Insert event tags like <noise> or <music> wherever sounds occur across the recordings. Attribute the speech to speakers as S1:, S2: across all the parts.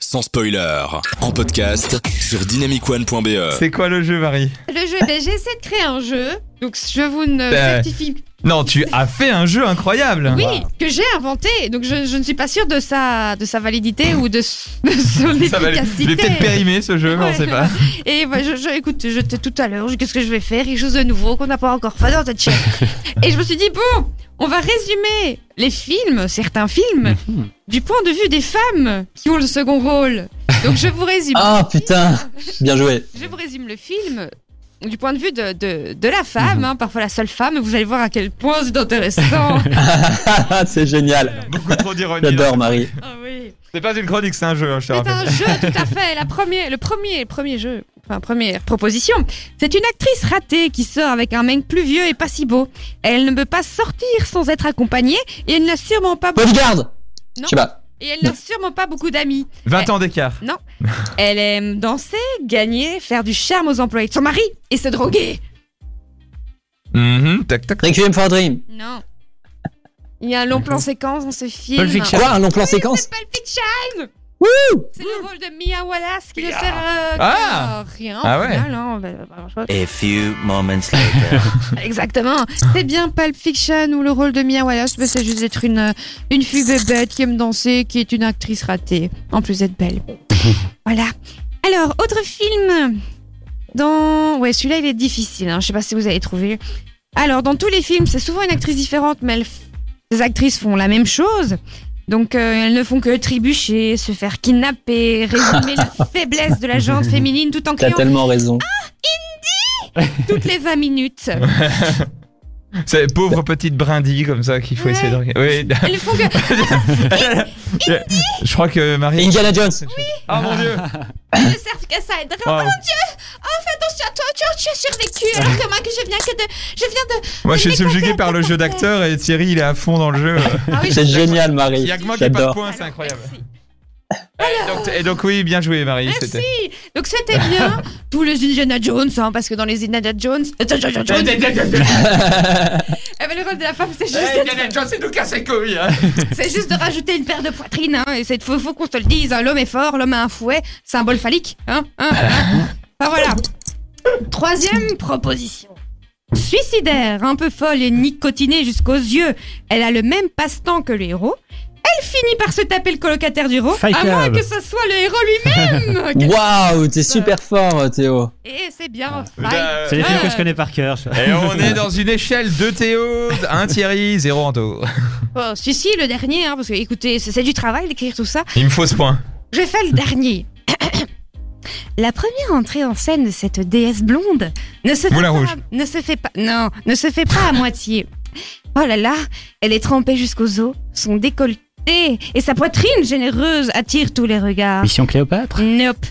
S1: sans spoiler, en podcast sur dynamicone.be.
S2: C'est quoi le jeu, Marie
S3: Le jeu, ben, j'ai essayé de créer un jeu, donc je vous ne
S2: Euh,
S3: certifie
S2: Non, tu as fait un jeu incroyable.
S3: oui que j'ai inventé, donc je, je ne suis pas sûre de sa de sa validité ou de, s- de son
S2: <laughs> Ça va, il est
S3: efficacité.
S2: peut-être périmé ce jeu, mais on
S3: Ouais.
S2: sait pas.
S3: Et ben, je, je- écoute, je, tout à l'heure, je- qu'est-ce que je vais faire Quelque chose de nouveau qu'on n'a pas encore fait dans
S2: <laughs>
S3: cette chaîne. Et je me suis dit bon, on va résumer les films, certains films,
S2: Mhm.
S3: du point de vue des femmes qui ont le second rôle. Donc je vous résume.
S4: Ah putain, bien joué. <laughs>
S3: Je vous résume le film du point de vue de, de, de la femme, hein, parfois la seule femme, vous allez voir à quel point c'est <laughs> intéressant.
S4: Ah, c'est génial.
S2: Beaucoup trop d'ironie.
S4: J'adore Marie.
S3: Ah oui.
S2: C'est pas une chronique, c'est un jeu, hein, je te
S3: C'est
S2: rappelle.
S3: un jeu, tout à fait. La première, le premier, le premier jeu, enfin, première proposition. C'est une actrice ratée qui sort avec un mec plus vieux et pas si beau. Elle ne peut pas sortir sans être accompagnée et elle n'a sûrement pas, beau-
S4: Bodyguard
S3: Non.
S4: Je sais pas.
S3: et elle n'a sûrement pas beaucoup d'amis.
S2: 20 ans d'écart.
S3: Elle aime danser, gagner, faire du charme aux employés de son mari et se droguer.
S2: Mhm, tac, tac.
S4: Requiem for a Dream.
S3: Non. Il y a un long plan séquence dans ce film.
S4: Pulp Fiction. Quoi, un long plan séquence
S3: C'est pas le Fiction C'est le rôle de Mia Wallace qui ne sert euh,
S2: Ah.
S3: à rien.
S2: Ah
S3: au
S2: ouais.
S3: final, hein, bah, bah, je vois-
S5: A few moments later.
S3: <laughs> Exactement. C'est bien Pulp Fiction où le rôle de Mia Wallace, bah, c'est juste être une, une fille bébête qui aime danser, qui est une actrice ratée. En plus d'être
S2: <laughs>
S3: belle. voilà. Alors, autre film. Dans. Ouais, celui-là, il est difficile. Hein. Je sais pas si vous avez trouvé. Alors, dans tous les films, c'est souvent une actrice différente, mais elles f- les actrices font la même chose. Donc, euh, elles ne font que trébucher, se faire kidnapper, résumer
S4: <laughs>
S3: la faiblesse de la gente féminine tout en
S4: T'as
S3: criant
S4: tellement raison.
S3: Ah, toutes les 20
S4: <laughs>
S3: minutes.
S2: C'est pauvre petite brindille comme ça qu'il faut
S3: Ouais.
S2: essayer de regarder. Oui.
S3: Elles ne font que.
S2: je crois que Marie.
S4: Indiana Jones.
S2: Ah mon dieu
S3: Ils ne servent qu'à ça. Oh Et de-
S2: Waouh.
S3: Attention, toi, tu, tu as survécu alors que moi, que je viens que de. Je viens de.
S2: Moi je suis subjugué par le jeu d'acteur et Thierry il est à fond dans le jeu.
S3: Ah oui,
S4: C'est génial Marie.
S2: Il y a que moi qui ai pas de
S4: J'adore.
S2: points, c'est
S3: Alors,
S2: incroyable.
S3: merci.
S2: Et donc, et donc, oui, bien joué Marie.
S3: Merci.
S2: c'était-
S3: Donc c'était bien. Tous les Indiana Jones, hein, parce que dans les Indiana Jones. Eh ben, le rôle de la femme, c'est juste, c'est juste de rajouter une paire de poitrines. Hein, et c'est faut, faut qu'on te le dise. hein, l'homme est fort, l'homme a un fouet, symbole phallique. Hein, hein, hein. Enfin voilà. Troisième proposition. Suicidaire, un peu folle et nicotinée jusqu'aux yeux. Elle a le même passe-temps que le héros. Elle finit par se taper le colocataire du héros,
S6: Fight
S3: à moins
S6: Club.
S3: que ce soit le héros lui-même.
S6: <laughs>
S3: Quel-
S4: Waouh, t'es super fort Théo.
S3: Et c'est bien.
S2: Putain,
S3: Fight.
S2: euh,
S6: C'est les films
S3: Ouais.
S6: que je connais par cœur. ça.
S2: Et on est dans une échelle de Théo, un Thierry, zéro Anto.
S3: Bon, celui-ci, le dernier, hein, parce que écoutez, c'est c'est du travail d'écrire tout ça.
S2: Il me faut ce point.
S3: Je fais le dernier. <coughs> La première entrée en scène de cette déesse blonde ne se, fait
S2: Moulin
S3: pas,
S2: Rouge.
S3: ne se fait pas, non, ne se
S2: <laughs>
S3: fait pas à moitié. Oh là là, elle est trempée jusqu'aux os, son décolleté et sa poitrine généreuse attirent tous les regards.
S6: Mission Cléopâtre
S3: Nope.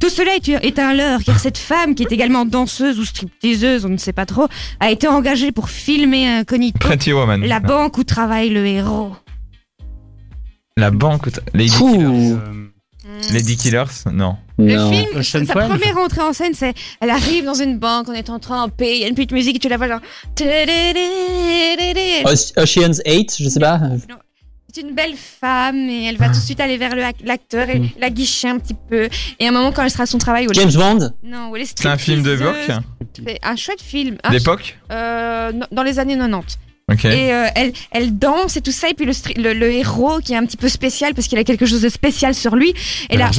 S3: Tout cela est, est un leurre, car cette femme, qui est également danseuse ou stripteaseuse, on ne sait pas trop, a été engagée pour filmer incognito
S2: <laughs> Pretty Woman.
S3: la banque où travaille le héros.
S2: La banque. Les
S4: Ouh.
S2: Lady Killers Non.
S3: Le
S4: Non.
S3: film,
S6: Ocean
S3: sa
S6: Twelve.
S3: première entrée en scène, c'est elle arrive dans une banque, on est en train de payer, il y a une petite musique, et tu la vois genre.
S4: Oce- Ocean's 8, je sais pas.
S3: C'est une belle femme et elle va tout de suite aller vers le hac- l'acteur et la guicher un petit peu. Et à un moment, quand elle sera à son travail, où elle,
S4: James Bond.
S3: non, où elle est
S2: C'est un film de
S3: stripteaseuse,
S2: Burke hein.
S3: C'est un chouette film. Un
S2: D'époque
S3: ch- euh, no- dans les années 90.
S2: Ok.
S3: Ah, Et euh, elle, elle danse et tout ça. Et puis le, stri- le, le héros qui est un petit peu spécial parce qu'il a quelque chose de spécial sur lui. Et là,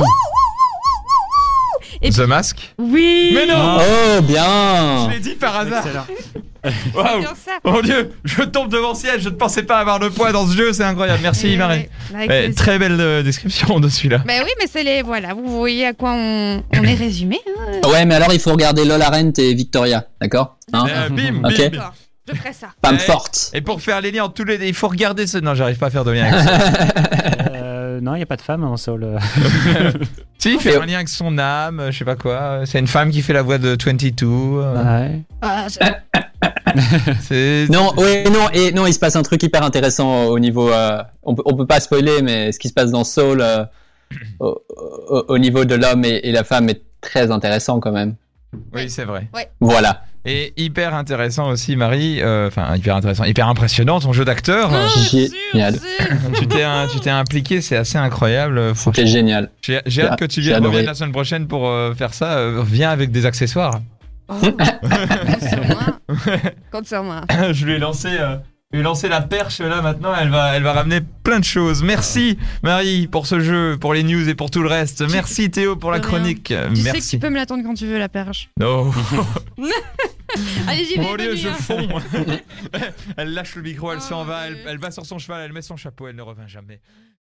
S3: et
S2: The Mask
S3: oui!
S2: Mais non
S4: Oh bien.
S2: Ah. Je l'ai dit par hasard
S6: Excellent.
S3: c'est
S2: Waouh
S3: bien ça.
S2: Oh, Mon dieu Je tombe devant le ciel, je ne pensais pas avoir le poids dans ce jeu, c'est incroyable. Merci
S3: Et-
S2: Marie.
S3: Avec
S2: Eh,
S3: plaisir.
S2: très belle euh, description de celui-là.
S3: Ben oui, mais c'est les. Voilà, vous voyez à quoi on, on est résumé. hein.
S4: Ouais, mais alors il faut regarder Lola Rent et Victoria, d'accord hein
S2: Euh, bim, bim.
S4: Ok.
S3: D'accord, je ferai ça.
S4: Femme
S2: Eh.
S4: forte.
S2: Et pour faire les liens entre tous les. Il faut regarder ce. Non, j'arrive pas à faire de lien avec
S3: <laughs>
S2: ça.
S6: Euh, non, il n'y a pas de femme en Soul.
S2: si, il fait un lien avec son âme, euh, je sais pas quoi. C'est une femme qui fait la voix de 22. euh,
S6: Ouais.
S3: Ah,
S2: c'est-
S4: Non, ouais, non, et non, il se passe un truc hyper intéressant au niveau. euh, on, peut- on peut pas spoiler, mais ce qui se passe dans Soul euh, au, au- au niveau de l'homme et, et la femme est très intéressant quand même.
S2: Oui, c'est vrai.
S4: Voilà.
S2: Et hyper intéressant aussi, Marie. euh, Enfin, hyper intéressant, hyper impressionnant ton jeu
S3: <laughs>
S2: d'acteur. Euh,
S4: Génial.
S2: tu t'es un- tu t'es impliqué, c'est assez incroyable. franchement.
S4: C'était génial.
S2: J'ai j'ai hâte que tu viennes
S4: adoré.
S2: reviennes la semaine prochaine pour euh, faire ça. Euh, viens avec des accessoires. <coughs>
S3: Oh, <laughs> compte sur moi. Compte sur moi.
S2: je lui ai lancé, euh, je lui ai lancé la perche là maintenant. Elle va, elle va ramener plein de choses. Merci Marie pour ce jeu, pour les news et pour tout le reste. Merci Théo pour la
S3: De rien.
S2: chronique.
S3: Tu sais que
S2: Merci.
S3: tu peux me l'attendre quand tu veux, la perche.
S2: Non.
S3: Allez, j'y vais.
S2: Mon
S3: bonne
S2: Dieu,
S3: nuit,
S2: je
S3: hein.
S2: fonds.
S3: <laughs>
S2: elle lâche le micro, elle s'en
S3: Oh,
S2: va, elle,
S3: Dieu.
S2: elle va sur son cheval, elle met son chapeau, elle ne revient jamais.